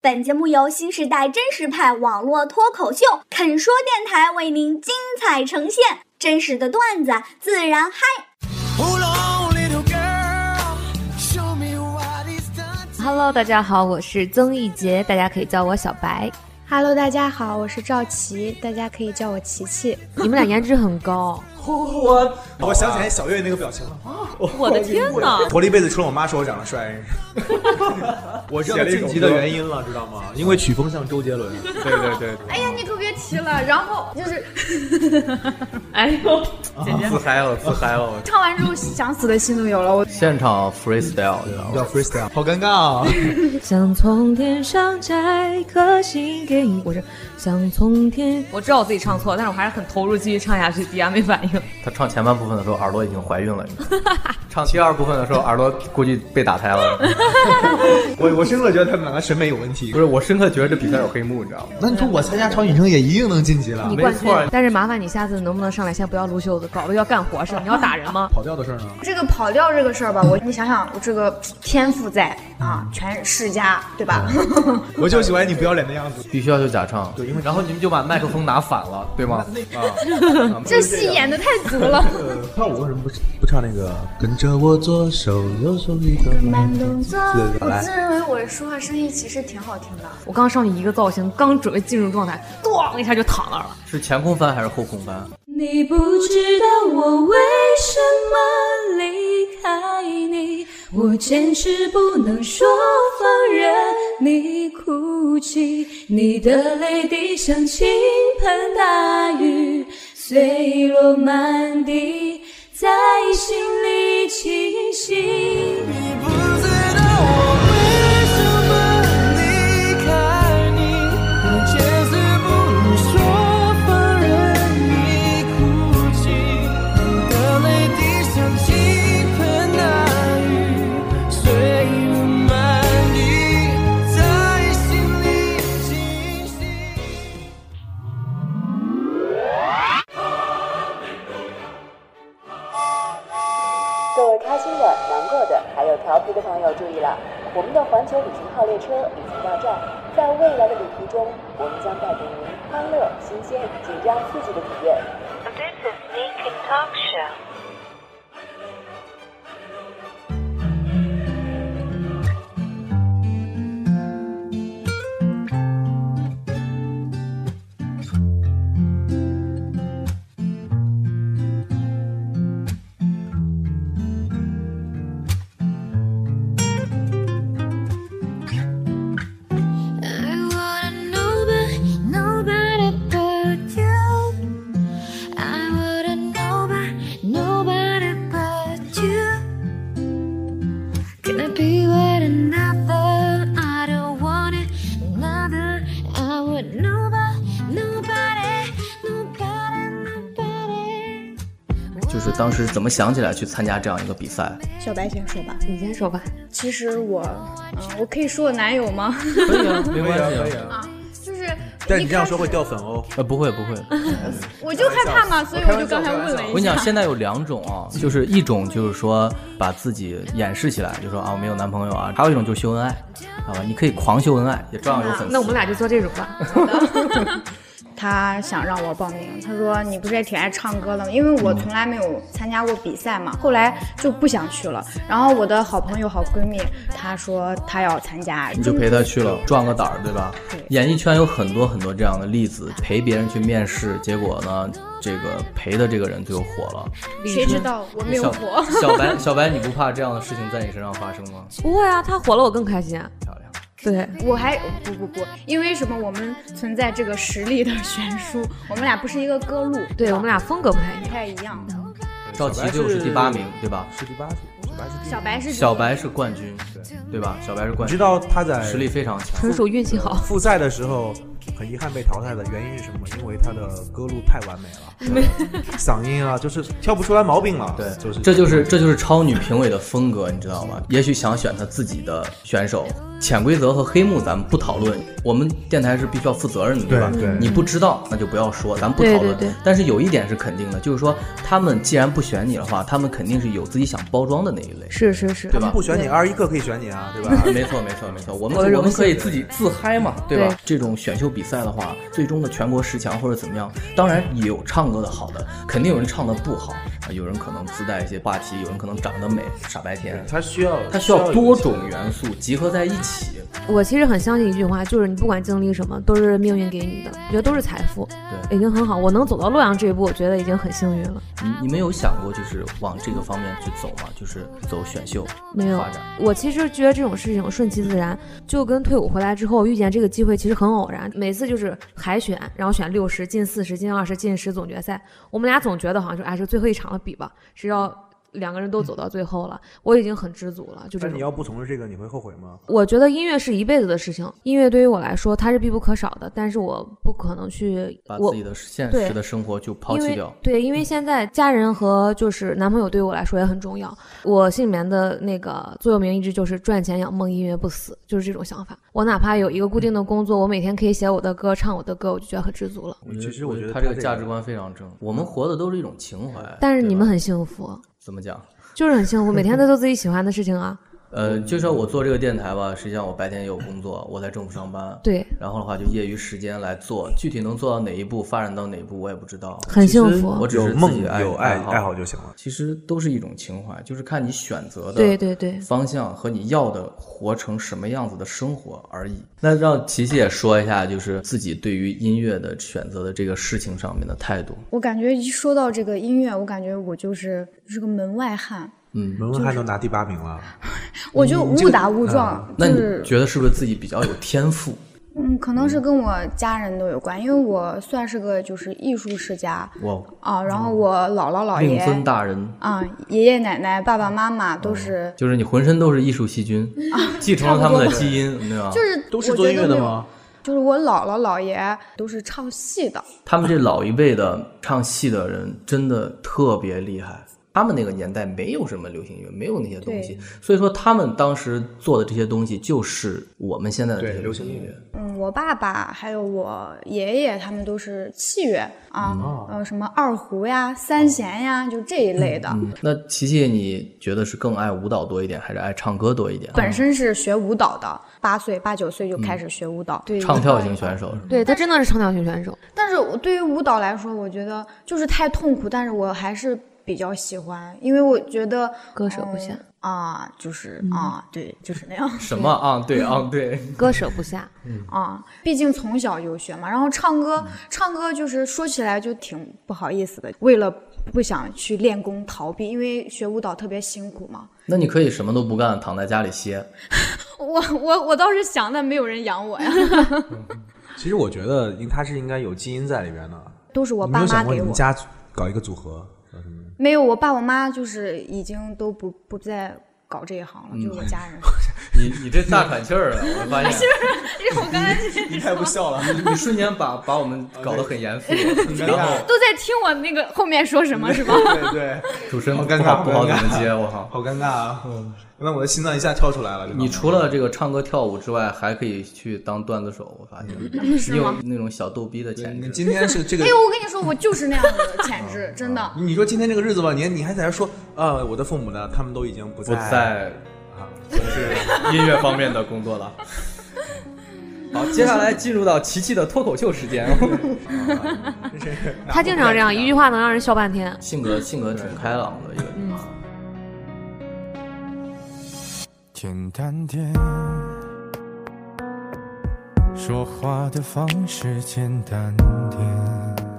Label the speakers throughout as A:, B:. A: 本节目由新时代真实派网络脱口秀“肯说电台”为您精彩呈现，真实的段子自然嗨。
B: Hello，大家好，我是曾一杰，大家可以叫我小白。
C: Hello，大家好，我是赵琪，大家可以叫我琪琪。
B: 你们俩颜值很高，
D: 我
E: 我想起来小月那个表情了。
B: 哦我的天哪！
E: 活了一辈子，除了我妈说我长得帅，
D: 我知
E: 写
D: 道
E: 了一首
D: 晋级的原因了，知道吗？因为曲风像周杰伦。
E: 对对对对，
F: 哎呀，你可别提了。然后就是
B: 哎呦，
E: 自嗨了，自嗨了，
F: 唱完之后，想死的心都有了。我
G: 现场 freestyle，对吧？
D: 要 freestyle，好尴尬啊！
H: 想从天上摘颗星给你，我是想从天。
B: 我知道我自己唱错，但是我还是很投入，继续唱下去，底下没反应。
G: 他唱前半部分的时候，耳朵已经怀孕了。你知道吗 唱第二部分的时候，耳朵估计被打开了。
E: 我我深刻觉得他们两个审美有问题
G: 不。是，我深刻觉得这比赛有黑幕，你知道吗？
D: 那你说我参加超女生也一定能晋级了？
B: 你？
G: 没
B: 冠军
G: 错啊，
B: 但是麻烦你下次能不能上来，先不要撸袖子，搞得要干活似 的。你要打人吗
D: 跑调的事儿呢？
F: 这个跑调这个事儿吧，我你想想，我这个天赋在啊，
E: 嗯
F: 全是世家，对吧？
E: 我就喜欢你不要脸的样子。
G: 必须要去假唱。对，因为然后你们就把麦克风拿反 了，对吗？啊，
F: 这戏演的太 足了。
D: 那我为什么不不唱那个？跟着我左手右手一个慢动作。
E: 嗯
F: 我
D: 来
F: 自，认为我说话声音其实挺好听的。
B: 我刚上去一个造型，刚准备进入状态，咣一下就躺那儿了。
G: 是前空翻还是后空翻？
H: 你不知道我为什么离开你，我坚持不能说放任你哭泣，你的泪滴像倾盆大雨，碎落满地，在心里清晰。
I: 各位开心的、难过的，还有调皮的朋友注意了，我们的环球旅行号列车已经到站，在未来的旅途中，我们将带给您欢乐、新鲜、紧张、刺激的体验。
J: I wouldn't know by nobody but you. I wouldn't know by nobody but you. Can I be with another? I don't want it, another. I would know by nobody, nobody,
G: 就是当时怎么想起来去参加这样一个比赛？
C: 小白先说吧。
B: 你先说吧。
F: 其实我，嗯、我可以说我男友吗？
G: 可以啊，没关系啊。
E: 啊。
F: 就是
E: 但你
F: 一
E: 这样
F: 开始
E: 说会掉粉哦。
G: 呃，不会不会。
F: 我就害怕嘛，所以我就刚才
E: 开玩笑开
F: 问
E: 玩
F: 了
E: 笑
F: 一
G: 我
F: 下。
G: 跟你讲，现在有两种啊，就是一种就是说把自己掩饰起来，就说啊我没有男朋友啊；还有一种就是秀恩爱，好吧？你可以狂秀恩爱，也照样有粉丝。
B: 啊那我们俩就做这种吧。
F: 他想让我报名，他说你不是也挺爱唱歌的吗？因为
G: 嗯
F: 我从来没有参加过比赛嘛，后来就不想去了。然后我的好朋友、好闺蜜，她说她要参加，
G: 你就陪他去了，壮个胆儿，对吧？演艺圈有很多很多这样的例子，陪别人去面试，结果呢，这个陪的这个人最后火了。
F: 谁知道我没有
G: 小
F: 火？
G: 小白，小白，你不怕这样的事情在你身上发生吗？
B: 不会啊，他火了我更开心啊。
G: 漂亮，
B: 对，
F: 我还不不不，因为什么？我们存在这个实力的悬殊，我们俩不是一个歌路，
B: 对我们俩风格不太一
F: 不
B: 样。
F: 太一样。
G: 嗯赵琪最后是第八名，对吧？
D: 是第八组，小白是
F: 小白是
D: 第
G: 小白是冠军，对吧？小白是冠
E: 你知
G: 军，
E: 道他在
G: 实力非常强。
B: 纯属运气好。
E: 复赛的时候，
D: 很遗憾被淘汰的原因是什么？因为他的歌路太完美 了，嗓音啊，就是挑不出来毛病了。对，就是
G: 这就是这就是超女评委的风格，你知道吗？也许想选她自己的选手，潜规则和黑幕咱们不讨论，我们电台是必须要负责任的，
D: 对
G: 吧？
D: 对
G: 你不知道那就不要说，咱们不讨论。
B: 对对对
G: 但是有一点是肯定的，就是说他们既然不选你的话，他们肯定是有自己想包装的那一类。
B: 是是是，
G: 对吧
D: 不选你，二十一克可以选你啊，对吧？
G: 没错，没错，没错。我们
B: 我的
G: 我
B: 荣
G: 们
B: 幸
G: 可以自己自嗨嘛，对吧
B: 对
G: 这种选秀比赛的话，最终的全国十强或者怎么样，当然也有唱歌的好的，肯定有人唱的不好啊，有人可能自带一些话题，有人可能长得美，傻白甜。
D: 他需要
G: 它需要多种元素集合在一起，
B: 我其实很相信一句话，就是你不管经历什么，都是命运给你的，我觉得都是财富，
G: 对
B: 已经很好。我能走到洛阳这一步，我觉得已经很幸运了。
G: 你你们有想过就是往这个方面去走吗？就是走选秀
B: 没有
G: 发，展。
B: 我其实觉得这种事情顺其自然，就跟退伍回来之后遇见这个机会其实很偶然。每次就是海选，然后选六十进四十进二十进十总决赛，我们俩总觉得好像说哎是最后一场了比吧，谁要两个人都走到最后了，我已经很知足了，就这
D: 但你
B: 种。
D: 要不从事这个，你会后悔吗？
B: 我觉得音乐是一辈子的事情，音乐对于我来说它是必不可少的，但是我不可能去
G: 把
B: 我
G: 自己的现
B: 对
G: 实的生活就抛
B: 因
G: 弃
B: 为
G: 掉，
B: 对，因为现在家人和就是男朋友对我来说也很重要。我心里面的那个座右铭一直就是赚钱养梦，音乐不死，就是这种想法。我哪怕有一个固定的工作，我每天可以写我的歌，唱我的歌，我就觉得很知足了。
G: 我觉得
D: 其实
G: 我
D: 我觉得
G: 他
D: 他
G: 这个
D: 这
G: 价
D: 个
G: 值观非常正，我们活的都是一种情怀。
B: 但是
G: 对
B: 你
G: 吧
B: 们很幸福，
G: 怎么讲？
B: 就是很幸福，每天在做自己喜欢的事情啊。
G: 呃，就像我做这个电台吧，实际上我白天也有工作，我在政府上班，
B: 对，
G: 然后的话就业余时间来做，具体能做到哪一步，发展到哪一步我也不知道。
B: 很幸
D: 其实
B: 福
G: 我只
D: 有
G: 是自
D: 梦
G: 己爱
D: 有爱
G: 好
D: 爱好就行了。
G: 其实都是一种情怀，就是看你选择的
B: 对对对
G: 方向和你要的活成什么样子的生活而已。那让琪琪也说一下，就是自己对于音乐的选择的这个事情上面的态度。
F: 我感觉一说到这个音乐，我感觉我就是就是个门外汉，
G: 嗯，
D: 门文翰都拿第八名了，
F: 我就
D: 你这个
F: 误打误撞，
G: 啊那
F: 就
G: 你
F: 是
G: 觉得是不是自己比较有天赋？
F: 嗯，可能是跟我家人都有关，因为我算是个就是艺术世家
G: 哇，
F: 啊，然后我姥姥姥
G: 令
F: 爷
G: 尊大人。
F: 啊、爷爷奶奶、爸爸妈妈
D: 嗯
F: 都是，
G: 就是你浑身都是艺术细菌，
F: 啊
G: 继承了他们的基因，对吧？
F: 就是
D: 都是
F: 我
D: 做
F: 觉
D: 音乐
F: 得
D: 的
F: 没有
D: 吗？
F: 就是我姥姥姥爷都是唱戏的，
G: 他们这老一辈的唱戏的人真的特别厉害。他们那个年代没有什么流行音乐，没有那些东西
F: 对，
G: 所以说他们当时做的这些东西就是我们现在的这些
D: 对流行
G: 音
D: 音乐。
F: 嗯，我爸爸还有我爷爷他们都是器乐啊，
D: 嗯
F: 呃，什么二胡呀、
D: 哦
F: 三弦呀，就这一类
D: 嗯
F: 的。
G: 那琪琪，你觉得是更爱舞蹈多一点，还是爱唱歌多一点？
F: 本身是学舞蹈的，八岁八九岁就开始学舞蹈，对
G: 唱跳型选手是吗
B: 对他真的是唱跳型选手，
F: 但是我对于舞蹈来说，我觉得就是太痛苦，但是我还是比较喜欢，因为我觉得
B: 割舍不下
F: 嗯啊，就是、啊，对，就是那样
G: 什么啊？对啊，对，
B: 割舍不下。
F: 啊。毕竟从小就学嘛，然后唱歌，唱歌就是说起来就挺不好意思的，为了不想去练功逃避，因为学舞蹈特别辛苦嘛。
G: 那你可以什么都不干，躺在家里歇。
F: 我我我倒是想，但没有人养我呀，
D: 其实我觉得应他是应该有基因在里边的。
F: 都是我
D: 你没
F: 爸
D: 有想
F: 妈
D: 过
F: 给
D: 你
F: 我
D: 们。家搞一个组合？叫什么
F: 没有，我爸我妈就是已经都不不再搞这一行了，
D: 嗯
F: 就是我家 人。
G: 你你这大喘气儿了，我
F: 啊
G: 发现。
F: 我刚才就是
D: 你太不 孝了。
G: 你瞬间把把我们
D: 啊
G: 搞得很严肃，然后
F: 都在听我那个后面说什么，是吧？
D: 对对，
G: 主持人
D: 好
G: 不
D: 尴
G: 好
D: 尬，
G: 不好怎么接，我 靠！
D: 好尴尬啊！
E: 嗯
D: 那我的心脏一下跳出来了。
G: 你除了这个唱歌跳舞之外，还可以去当段子手，我发现你有那种小逗逼的潜
D: 你
G: 质。
D: 今天是这个
F: 哎，呦，我跟你说，我就是那样子的潜质，真的。
D: 你说今天这个日子吧，你你还在这说啊，我的父母呢，他们都已经不在
G: 不在
D: 啊，就是
G: 音乐方面的工作 了。好，接下来进入到琪琪的脱口秀时间。
B: 他经常这样，一句话能让人笑半天。
G: 性格性格挺开朗的一个人啊，
I: 简单点，说话的方式简单点，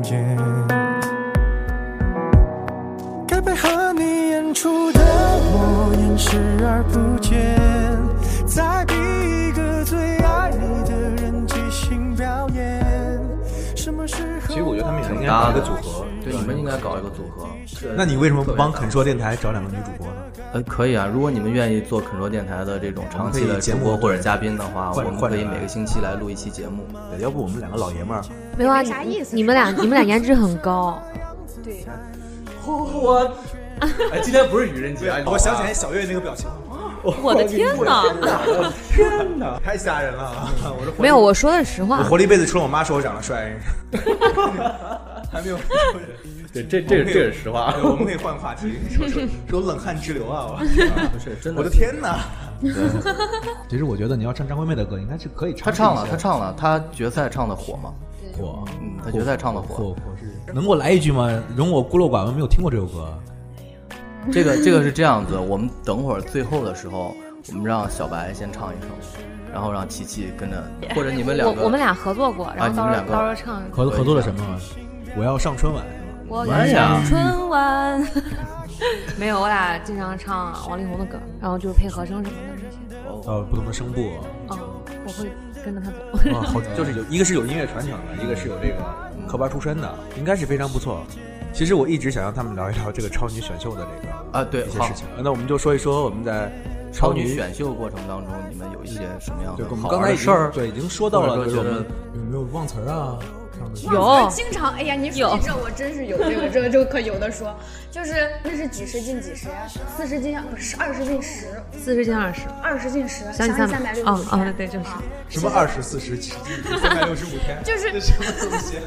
I: 见。该配合你演出的我，掩视而不见，再逼一个最爱你的人即兴表演。什么时
E: 其
I: 候？
E: 实我觉得他们也应该
G: 挺搭
E: 搞一
G: 的
E: 个组合，
G: 对你们应该搞一个组合
E: 那你为什么不帮肯硕电台找两个女主播呢？
G: 呃，可以啊，如果你们愿意做肯说电台的这种长期
E: 我们可
G: 的
E: 以节
G: 主
E: 目
G: 播或者嘉宾的话，
E: 换
G: 我们
E: 换
G: 可以
E: 着来
G: 每个星期来录一期节目。
E: 对，要不我们两个老爷们儿，
H: 没有啊，你你们俩你们俩颜值很高，
F: 对，
G: 我， 哎，今天不是愚人 节啊，
E: 我想起来小岳那个表情，
H: 我的天哪
E: 我的天哪，太吓人了！我说
H: 没有，我说的实
E: 我
H: 话
E: 活，了一辈子，除了我妈说我长得帅， 还没有。
G: 对，这这
E: 我们可以
G: 这是实话
E: 对。我们可以换话题，说说说冷汗直流啊！
G: 不是真
E: 我我
G: 的，
E: 的天哪！
G: 对！
E: 其实我觉得你要唱张惠妹的歌，应该是可以
G: 他唱了，他唱了，他决赛唱的火嘛？
E: 火，
G: 嗯，他决赛唱的火。
E: 能给我来一句吗？容我孤陋寡闻，没有听过这首歌。
G: 这个这个是这样子，我们等会儿最后的时候，我们让小白先唱一首，然后让琪琪跟 着，或者你们两
H: 我
G: 个，
H: 我们俩合作过，然
G: 啊
H: 后
G: 你
H: 到
G: 们
H: 时
G: 两
H: 候
G: 个
H: 到时候唱一个。
E: 合合作了什么？我要上春晚。
H: 我
G: 哎呀
H: 春晚， 没有，我俩经常唱王力宏的歌，然后就是配合声什么的那些。
E: 呃，不同的声部，
H: 嗯，我会跟着他走。
E: 啊，好，
G: 嗯
E: 就是有一个是有音乐传承的，一个是有这个科班出身的，应该是非常不错。其实我一直想让他们聊一聊这个超女选秀的这个
G: 啊对
E: 一些
G: 好
E: 事情。那我们就说一说我们在
G: 超
E: 女
G: 女选秀过程当中，你们有一些什么样
E: 对，
G: 的
E: 我们
G: 好
E: 刚才
G: 玩的
E: 已
G: 事
E: 经
G: 儿？
E: 对已经说到了，
G: 或者
E: 就是
G: 说
E: 我
G: 觉得
E: 们有没有忘词儿啊？这样的事情
H: 有
F: 经常，哎呀，你说
H: 有
F: 起这我真是有这个，这个这个可有的说，就是那是几十进几十，四十进不是二十进十，
H: 四十进二十，
G: 嗯
F: 二十进十，
H: 想
F: 想
H: 你
F: 想
H: 三
F: 三百哦六
H: 啊
F: 十五
H: 啊
F: 天，，
H: 对，就是
E: 什么二十四十七三百六十五天，
F: 就是
E: 这什么东西啊？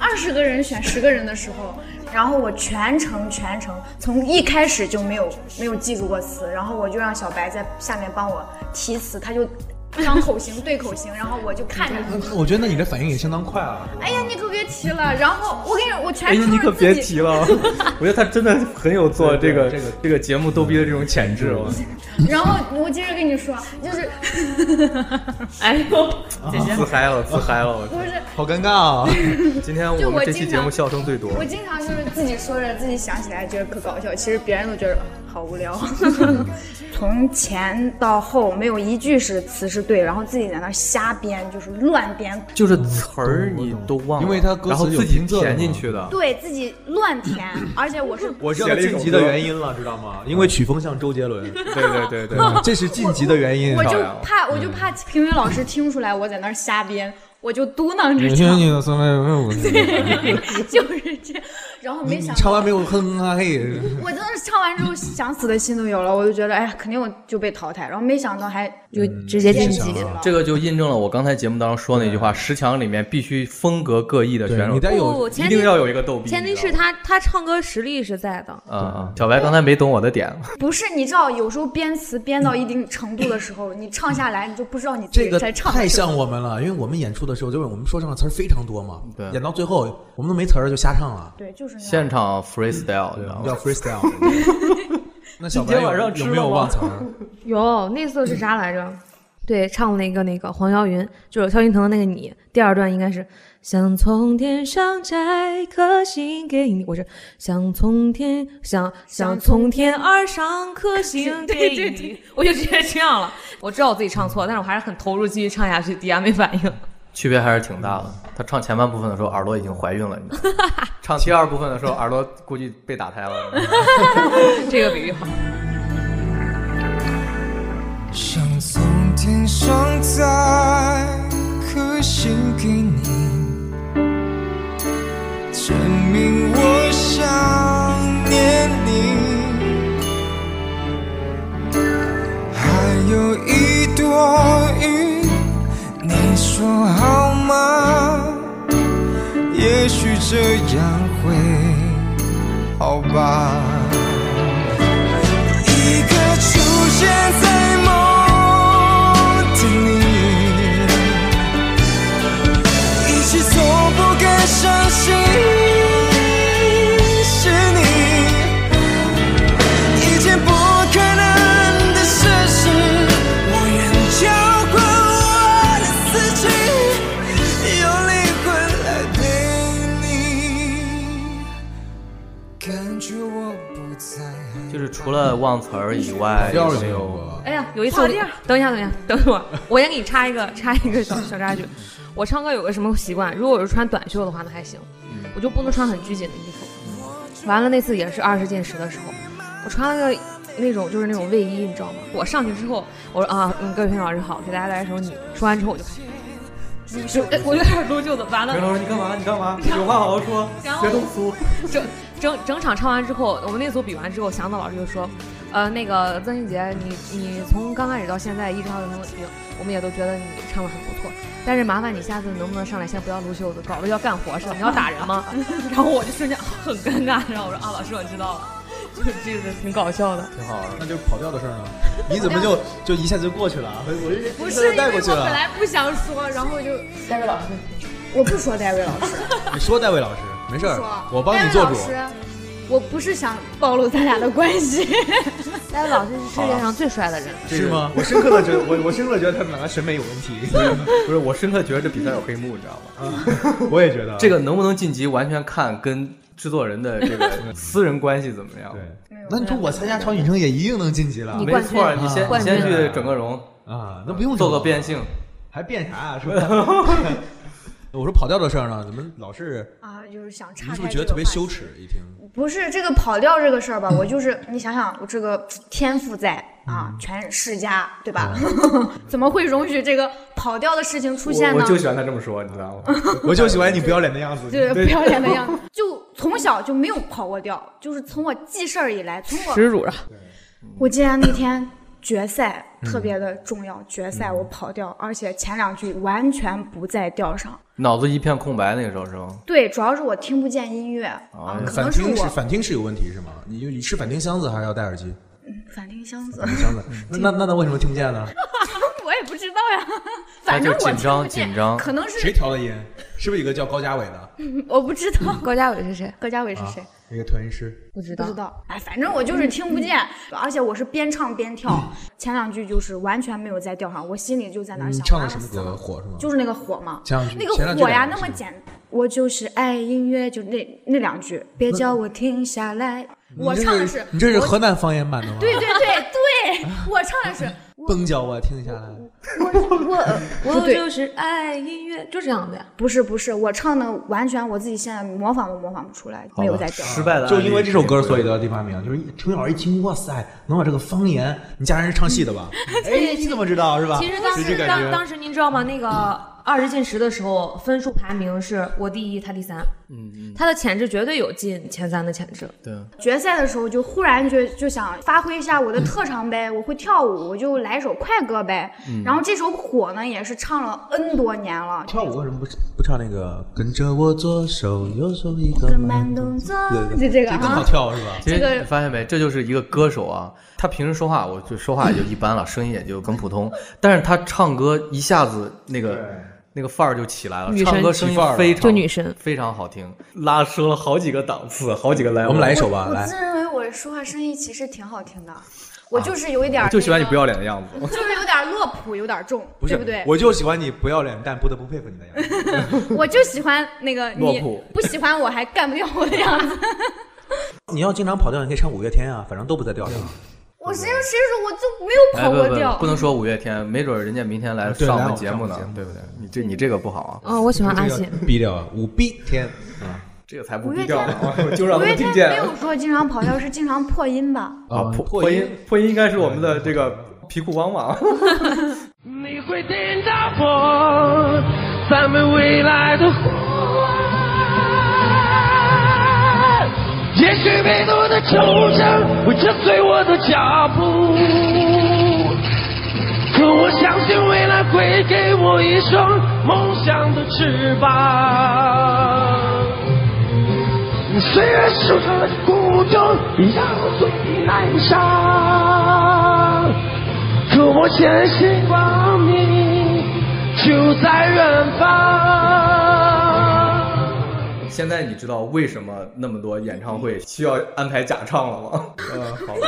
F: 二十个人选十个人的时候，然后我全程全程从一开始就没有没有记住过词，然后我就让小白在下面帮我提词，他就张口型对口型，然后我就看着他。
E: 我觉得那你的反应也相当快啊！
F: 哎呀，你可别提了！然后我跟你说，我全
G: 哎，
F: 程
G: 你可
F: 是自
G: 别
F: 己
G: 提了，我觉得他真的很有做这个
E: 对对这
G: 这个节目逗逼的这种潜质哦。
F: 然后我接着跟你说，就是
H: 哎呦，
G: 啊自嗨了，自嗨了！我
F: 不是
E: 好尴尬啊！
G: 今天
F: 就
G: 我
F: 我
G: 们这期
F: 经
G: 节目
F: 常
G: 笑声最多。
F: 我经常就是自己说着，自己想起来觉得可搞笑，其实别人都觉得好无 聊。从前到后没有一句是词是对，然后自己在那儿瞎编，就是乱编，
G: 就是词儿你都忘了，
E: 因为它歌词
G: 然后
E: 有
G: 自己
E: 拼仄的
G: 填进
E: 嘛
G: 去的。
F: 对自己乱 填，而且我是
E: 我知道晋级的原因了，知道吗？因为曲风像周杰伦，
G: 对对对对，
E: 这是晋级的原因
F: 我。就
G: 漂亮
F: 怕我就怕评委老师听出来我在那儿瞎编，我就嘟囔着唱，
E: 你的三百六十五，
F: 就是这样，然后没
E: 你
F: 想
E: 唱嗯
F: 到。
E: 完没有？哼啊嘿，
F: 我真的是唱完之后，想死的心都有了，我就觉得，哎呀，肯定我就被淘汰。然后没想到还
H: 就直接
F: 晋
H: 晋级
F: 级。了。
G: 这个就印证了我刚才节目当中说那句话：十强里面必须风格各异的选
E: 对，你
G: 手，
E: 得有
H: 不，前
G: 一
H: 提
G: 定要有一个逗逼。
H: 前提是
G: 你知道吗
H: 他他唱歌实力是在的，
G: 啊啊！小白刚才没懂我的点，
F: 不是，你知道，有时候编词编到一定程度的时候，你唱下来，你就不知道你自
E: 这
F: 己
E: 个
F: 在唱
E: 太
F: 什么。
E: 像我们了，因为我们演出的时候，就是我们说唱的词儿非常多嘛，
G: 对
E: 演到最后我们都没词儿就瞎唱了，
F: 对，就是那样。
G: 现场 freestyle，你知道
E: 叫
G: 吗？
E: freestyle。那小
G: 今
E: 白
G: 天晚上
E: 有
G: 吃
E: 有
G: 了吗
E: 没有忘词儿？
H: 有那次是啥来着？ 对，唱那个那个黄霄云，就是萧敬腾的那个你。第二段应该是想从天上摘颗星给你，我是想从天想想从天而上颗星给你， 对对对，我就直接这样了。我知道我自己唱错，但是我还是很投入继续唱下去，底下没反应。
G: 区别还是挺大的。他唱前半部分的时候，耳朵已经怀孕了，你知道吗？ 唱第二部分的时候，耳朵估计被打胎了。
H: 这个比喻好。
I: 想从天上摘颗星给你，证明我想念你。还有一朵云，你说好吗？也许这样会好吧。一个出现在梦的你，一起从不敢相信是你，一件不可能的事实，我愿浇灌我的死去，有灵魂
G: 除了忘词儿以外，
E: 调儿
G: 有
E: 没有啊
G: 过？
H: 哎呀，有一次我
F: 跑调
H: 等一下，等一下， 等一会儿，我先给你插一个插一个小小插曲。我唱歌有个什么习惯？如果我是穿短袖的话，那还行，我就不能穿很拘谨的衣服。完了那次也是二十进十的时候，我穿了个那种就是那种卫衣，你知道吗？我上去之后，我说啊，嗯，各位朋友老师好，给大家来一首你。说完之后我就开始，就哎我就开始撸袖子，完了。
G: 袁老师，你干嘛？你干嘛？有话好好说，
H: 然后
G: 别动粗。
H: 整整整场唱完之后，我们那组比完之后，祥子老师就说：“呃，那个曾欣杰，你你从刚开始到现在一直唱的很稳定，我们也都觉得你唱的很不错。但是麻烦你下次能不能上来先不要撸袖子，搞得要干活似的，你要打 人吗？”然后我就瞬间很尴尬，然后我说：“啊，老师，我知道了。”就这个挺搞笑的。
E: 挺好玩。那就是跑调的事儿呢？你怎么就就一下就过去了啊？我我这
H: 不
E: 一
H: 是
E: 下
H: 因
E: 就
H: 为
E: 带
H: 我
E: 过去了
H: 本。来不想说，然后就
F: 戴维老师，我不说戴维老师，
E: 你说戴维老师，没事
F: 不说
E: 儿，我帮你
F: 戴
E: 做
F: 维
E: 主
F: 老。师，我不是想暴露咱俩的关系。
H: 戴维老师是世界上最帅的人。
E: 是吗？我深刻的觉得， 我我深刻的觉得他们两个审美有问题。
G: 不是，我深刻觉得这比赛有黑幕，你知道吗？
E: 我也觉得
G: 这个能不能晋级，完全看跟制作人的这 个私人关系怎么样。
E: 对，那你说我参加超女生也一定能晋级了。
G: 没错儿，你先你
E: 冠军
G: 先去整个容
E: 啊，那不用
G: 做
E: 整
G: 个
E: 容
G: 变性。
E: 还变啥啊？是吧？ 我说跑调的事儿呢，怎么老是？
F: 啊，就是想
E: 你
F: 岔开。
E: 是不是觉得特别羞？耻？一听
F: 不是这个跑调这个事儿吧？我就是你想想，我这个天赋在啊，全世家对吧？ 怎么会容许这个跑调的事情出现呢？
G: 欢他这么说，你知 道吗？
E: 我就喜欢你不要脸的样子。
F: 对不要脸的样子， 就从小就没有跑过调，就是从我记事儿以来，从我
H: 辱了。
F: 我记得那天决赛特别的重要，决赛我跑调，而且前两句完全不在调上。
G: 脑子一片空白，那个时候是吗？
F: 对，主要是我听不见音乐
G: 啊
F: 啊，可
E: 反
F: 能是
E: 听是
F: 我
E: 反听是有问题是吗？你就你是反听箱子还是要戴耳机？
F: 反听箱子，
E: 反听箱子，那那那为什么听不见呢？
F: 我也不知道呀，
G: 那
F: 反正
G: 就
F: 我
G: 紧
F: 听不
G: 张
F: 见
G: 紧张。
F: 可能
E: 谁
F: 是
E: 调的音？是不是有一个叫高嘉伟的？
F: 我不知道
E: 嗯
H: 高嘉伟是谁？
F: 葛佳伟是谁，
E: 一个调音师。
H: 不知
F: 不
H: 道
F: 知。道。哎，反正我就是听不见，而且我是边唱边跳，
E: 嗯
F: 前两句就是完全没有在调上，我心里就在那儿
E: 你
F: 想，
E: 唱的
F: 完了
E: 什么
F: 死了
E: 歌火是吗？
F: 就是那个火嘛，
E: 前两句
F: 那
E: 前
F: 个
E: 两句
F: 火呀，
E: 两
F: 那
E: 句
F: 么简，我就是爱音乐，就那那两句，别叫我停下来，我
E: 你这
F: 唱 的是，
E: 你这是
F: 我
E: 河南方言版的吗？
F: 对对对对，我唱的是，
E: 崩脚我听下来。
H: 我
F: 不对
H: 就是爱音乐，就这样的呀。
F: 不是不是，我唱的完全我自己现在模仿都模仿不出来，
G: 好吧
F: 没有在调。
G: 失败的案例，
E: 就因为这首歌，所以得到第八名。就是陈小一听，哇塞，能把这个方言，你家人是唱戏的 吧？哎，你怎么知道是吧？
H: 其实当
E: 就
H: 时
E: 感
H: 当
E: 觉
H: 当时您知道吗？那个二十进十的时候，分数排名是我第一，他第三。
G: 嗯嗯，
H: 他的潜质绝对有进前三的潜质。
G: 对，
F: 决赛的时候就忽然就就想发挥一下我的特长呗，我会跳舞，我就来一首快歌呗。然后这首火呢也是唱了 N 多年了，
E: 跳舞为什么不不唱那个跟着我左手右手一个慢动作？对对，
F: 就这个
E: 这更好
F: 啊，
E: 跳是吧？
G: 其
F: 这
G: 实
F: 个
G: 你发现没，这就是一个歌手啊。他平时说话，我就说话也就一般了，声音也就很普通。但是他唱歌一下子那个那个范儿就起来了，
H: 女神
G: 唱歌声音
E: 范儿了
G: 非常
H: 就女神
G: 非常好听，拉升了好几个档次，好几个 level。
E: 哎我们来一首吧，
F: 我
E: 来
F: 自。认为我说话声音其实挺好听的，我就是有一点、
G: 啊我就喜欢你不，要脸的样子。
F: 就是有点落谱，有点重，
E: 不是，
F: 对不对？
E: 我就喜欢你不要脸，但不得不佩服你的样子。
F: 我就喜欢那个
G: 落
F: 你
G: 谱
F: 不喜欢我还干不掉我的样 子。
E: 你要经常跑调，你可以唱五月天啊，反正都不在调上。
F: 我谁谁说我就没有
G: 哎，
F: 跑
G: 不
F: 过
G: 不
F: 调，
G: 不能说五月天，没准人家明天来
E: 对
G: 上
E: 来
G: 我
E: 我
G: 们
E: 们
G: 节
E: 上
G: 目
E: 我
G: 呢
E: 们节，目
G: 对不对？你这你这个不好啊，
H: 啊、我喜欢阿信。
E: 逼调啊，五逼天啊！
G: 这个才不
F: 五
G: 低
F: 月
G: 调
F: 天
G: 呢，我 就让
F: 五
G: 他
F: 月
G: 们
F: 天
G: 听见
F: 没。有说经常跑调，是经常破音吧？
G: 啊，
E: 嗯
G: 破
E: 破
G: 破
E: 音
G: 音破音应该是我们的这个皮裤王王。
K: 你会听到我，咱们未来的呼唤。也许迷路的愁声会跟随我的脚步，可我相信未来会给我一双梦想的翅膀。虽然受了苦痛，也让我最难伤。可我坚信光明就在远方。
G: 现在你知道为什么那么多演唱会需要安排假唱了吗？
E: 呃，好吧。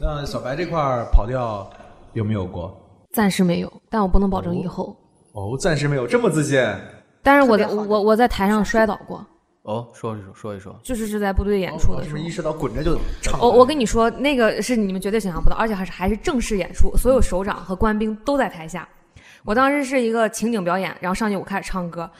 E: 那小白这块儿跑调有没有过？
H: 暂时没有，但我不能保证以后。
E: 哦，暂时没有，这么自信。
H: 但是我在我我在台上摔倒过，
G: 哦，说一说，说一说，
H: 就是是在部队演出的时候。
E: 意识到滚着哦就唱
H: 我我跟你说，那个是你们绝对想象不到，而且还是还是正式演出，所有首长和官兵都在台下。我当时是一个情景表演，然后上去我开始唱歌，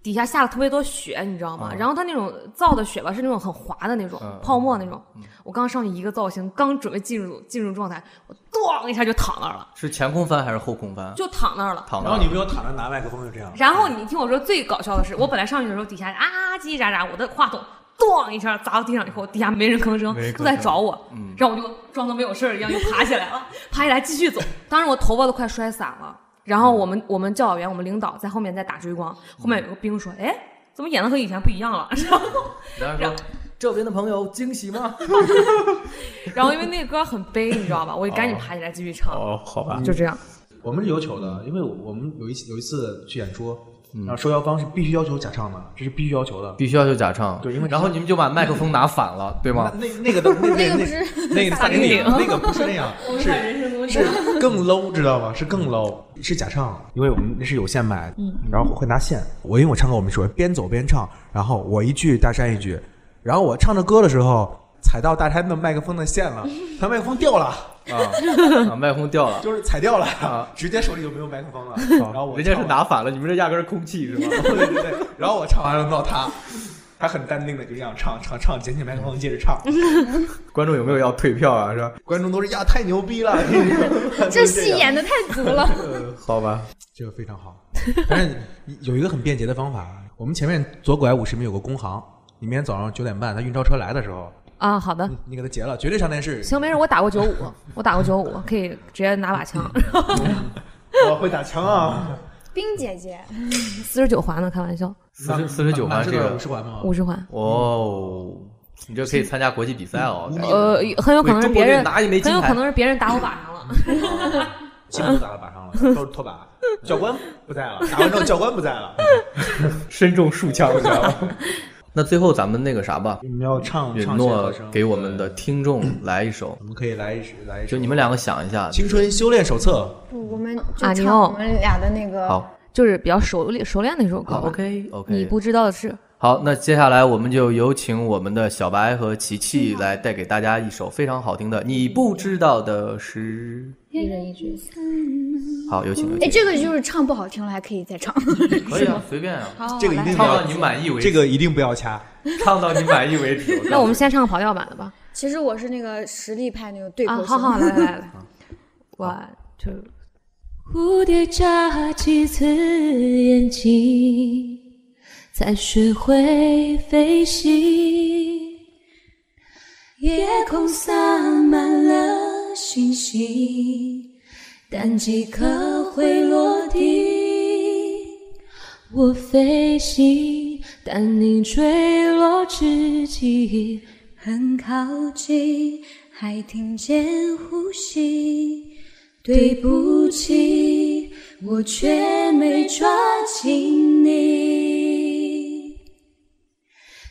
H: 底下下了特别多雪，你知道吗？然后它那种造的雪吧是那种很滑的那种、泡沫那种。我刚上去一个造型，刚准备进入进入状态，我咣一下就躺那儿了，
G: 是前空翻还是后空翻？
H: 就躺那儿了。
G: 躺那儿
E: 然后你不就躺着拿麦克风就这样，
H: 然后你听我说最搞笑的是，我本来上去的时候底下啊叽叽喳喳，我的话筒咣一下砸到地上以后，底下没人吭声
G: 没人，吭
H: 都在
G: 声
H: 找我，
G: 嗯
H: 然后我就装作没有事儿一样又爬起来了， 爬起来继续走，当时我头发都快摔散了。然后我们我们教导员我们领导在后面在打追光，后面有个兵说，哎，怎么演的和以前不一样了？ 然后
G: 然后说这边的朋友惊喜吗？
H: 然后因为那个歌很悲，你知道吧？我就赶紧爬起来继续唱。
E: 哦，好吧，
H: 就这样。
E: 我们是有求的，因为我们有一次有一次去演出，然后受邀方是必须要求假唱的，这是必须要求的。
G: 必须要求假唱，
E: 对因为
G: 然后你们就把麦克风拿反 了，对吗？
E: 那那个都那那那个萨顶顶，那个不是那样，
H: 是
E: 是更 low，知道吗？是更 low，是假唱，因为我们那是有线买，然后会拿线。我因为我唱歌，我们是会边走边唱，然后我一句大山一句，然后我唱着歌的时候踩到大山的麦克风的线了，他麦克风掉了。
G: 啊，啊麦克风掉了，
E: 就是踩掉了，
G: 啊哦
E: 直接手里就没有麦克风了。然后我
G: 人家
E: 唱
G: 是拿反了，你们这压根儿空气是吗？
E: 对对对，然后我唱完了闹他，他很淡定的就这样唱唱唱，捡起麦克风接着唱。
G: 观众有没有要退票啊？是吧？
E: 观众都是呀，太牛逼了！
F: 这戏演的太足了。
G: 好吧，
E: 这个非常好。 但是有一个很便捷的方法，我们前面左拐五十米有个工行，你明天早上九点半他运钞车来的时候，
H: 啊，好的，
E: 你给他结了，绝对上电视。
H: 行，没事，我打过九五，我打过九五，可以直接拿把枪。
G: 哦
E: 我会打枪啊！
F: 冰姐姐，
H: 四十九环呢，开玩笑，
G: 四十四十九环这个
E: 啊
H: 嗯
E: 五十环吗？
H: 五十环。
G: 哦，你这可以参加国际比赛哦。感觉
H: 呃，很有可能是
G: 为中
H: 别
G: 国队
H: 人，
G: 拿一枚金
H: 很有
G: 牌嗯
H: 可能是别人打我靶上了。
E: 基本都打到靶上了， 都是拖把。教官不在了，打完之后教官不在了。
G: 身中数枪，你知道吗？那最后咱们那个啥吧，
E: 你们要唱
G: 允
E: 唱谁
G: 诺
E: 和声
G: 给我们的听众来一首
E: 我，
H: 嗯
E: 们可以来一来一首
G: 就你们两个想一下，
E: 《青春修炼手册
F: 不，我们
H: 啊
F: 就
H: 你
F: 唱
H: 哦
F: 我们俩的那个。
G: 好
H: 就是比较熟练熟练的一首歌吧。
G: 好，OK 哦哎 OK，
H: 你不知道的事，
G: 好，那接下来我们就有请我们的小白和琪琪来带给大家一首非常好听的《你不知道的事
F: 一人一句。》。
G: 好，有请有
F: 哎，
G: 请，
F: 这个就是唱不好听了，还可以再唱。
H: 哎
G: 可以啊，随便啊，
H: 好》，
E: 这个一定
G: 唱
E: 要
G: 到你满意为止，
E: 这个一定不要掐。
G: 唱到你满意为止。
H: 那我们先唱跑调版的吧。
F: 其实我是那个实力派那种对口
H: 啊，
F: 型。
H: 好好，来来来，one two，
B: 蝴蝶眨几次眼睛，才学会飞行。夜空洒满了星星，但几颗会落地。我飞行，但你坠落之际很靠近，还听见呼吸。对不起，我却没抓紧你。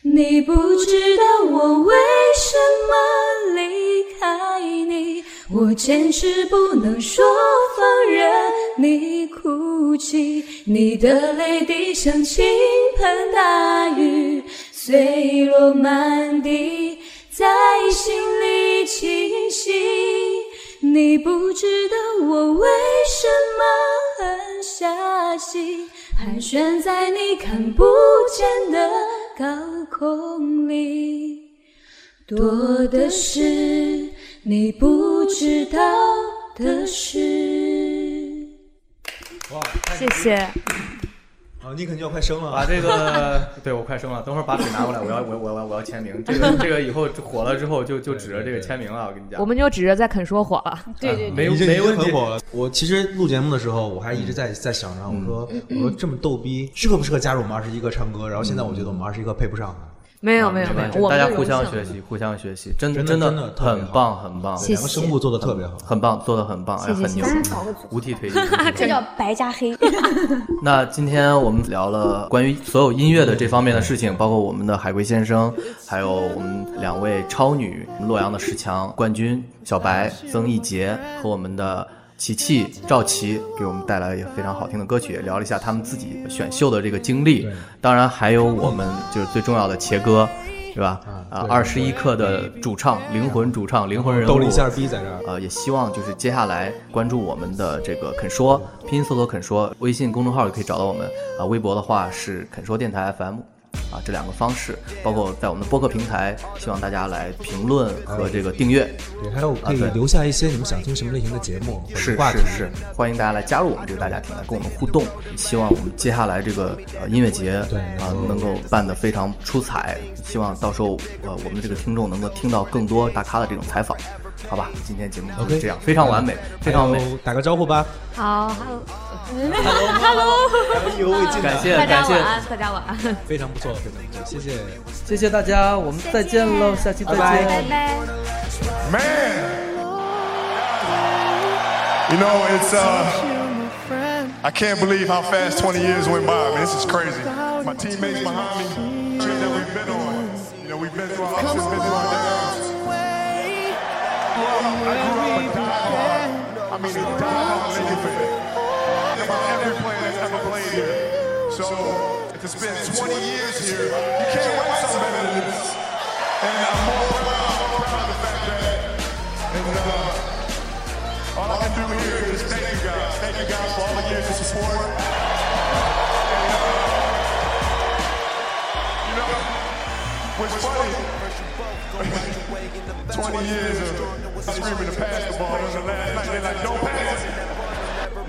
B: 你不知道我为什么离开你，我坚持不能说放任你哭泣，你的泪滴像倾盆大雨，碎落满地，在心里清晰。你不知道我为什么狠下心，盘旋在你看不见的高空里。多的是你不知道的事。
H: 谢谢。
E: 啊，你肯定要快生了
G: 把！这个，对我快生了，等会儿把笔拿过来，我要我我我要我要签名。这个这个以后火了之后就就指着这个签名了，我跟你讲啊
H: 我，们就指着在肯说火了。
F: 对对
G: 没
E: 啊已经
G: 没问
E: 已经
G: 题
E: 很。火了。我其实录节目的时候，我还一直在在想着，我说我说这么逗逼，适合不适合加入我们二十一个唱歌？然后现在我觉得我们二十一个配不上他，
H: 没有没有没
G: 没
H: 有，
G: 事
H: 我
G: 大
H: 们
G: 家
H: 的
G: 互
H: 荣
G: 相
H: 幸
G: 学习，互相学习，真
E: 真的
G: 真
E: 真的特别
G: 很
E: 好
G: 棒，很棒，
E: 两个声部做的特别好。
G: 很棒，做的很棒，哎，
H: 谢谢
G: 很牛
H: 谢，
G: 五体投地。
F: 这叫白加 黑。
G: 那今天我们聊了关于所有音乐的这方面的事情，包括我们的海龟先生，还有我们两位超女洛阳的十强冠军小白曾一杰和我们的琪琪、赵琪给我们带来也非常好听的歌曲，也聊了一下他们自己选秀的这个经历，当然还有我们就是最重要的茄哥，是吧？啊，二十一克的主唱，灵魂主唱，灵魂人物。
E: 逗了一下逼在这儿。
G: 呃，也希望就是接下来关注我们的这个肯说，拼音搜索肯说，微信公众号也可以找到我们啊，微博的话是肯说电台 FM。啊，这两个方式，包括在我们的播客平台，希望大家来评论和这个订阅。
E: 对，还有
G: 啊
E: 可以
G: 对
E: 留下一些你们想听什么类型的节目或者
G: 是
E: 话题
G: 是。是，欢迎大家来加入我们这个大家庭，来跟我们互动。希望我们接下来这个呃音乐节
E: 对
G: 啊、能够办得非常出彩，希望到时候呃我们的这个听众能够听到更多大咖的这种采访，好吧？今天节目就是
E: OK，哎
G: 这样非常完美，非常完美。
E: 打个招呼吧。
H: 好，Hello，
G: Hello，
E: 意犹未尽啊
G: 感谢
H: 大
G: 感
H: 家
G: 谢
H: 晚，安，大家晚安。
E: 非常不错，非常不错，谢谢。
G: 谢谢大家，我们再见喽，下期再见。
H: 拜。
L: You know, it's uh, I can't believe how fast 20 years went by. Man, this is crazy. My teammates behind me, trip that we've been on. You know, we've been through our ups and been through our downs. Grew up- I grew up a diehard. I mean, a diehard Laker fan. About every player that's ever played here. So, to spend 20 years here, you can't write something better than this. And I'm more proud, proud of the fact that, and uh, all I can do here is thank you guys. Thank you guys for all the years of support. And, uh, you know, what's funny, 20 years of screaming to pass the ball. And the last night, they're like, don't pass it.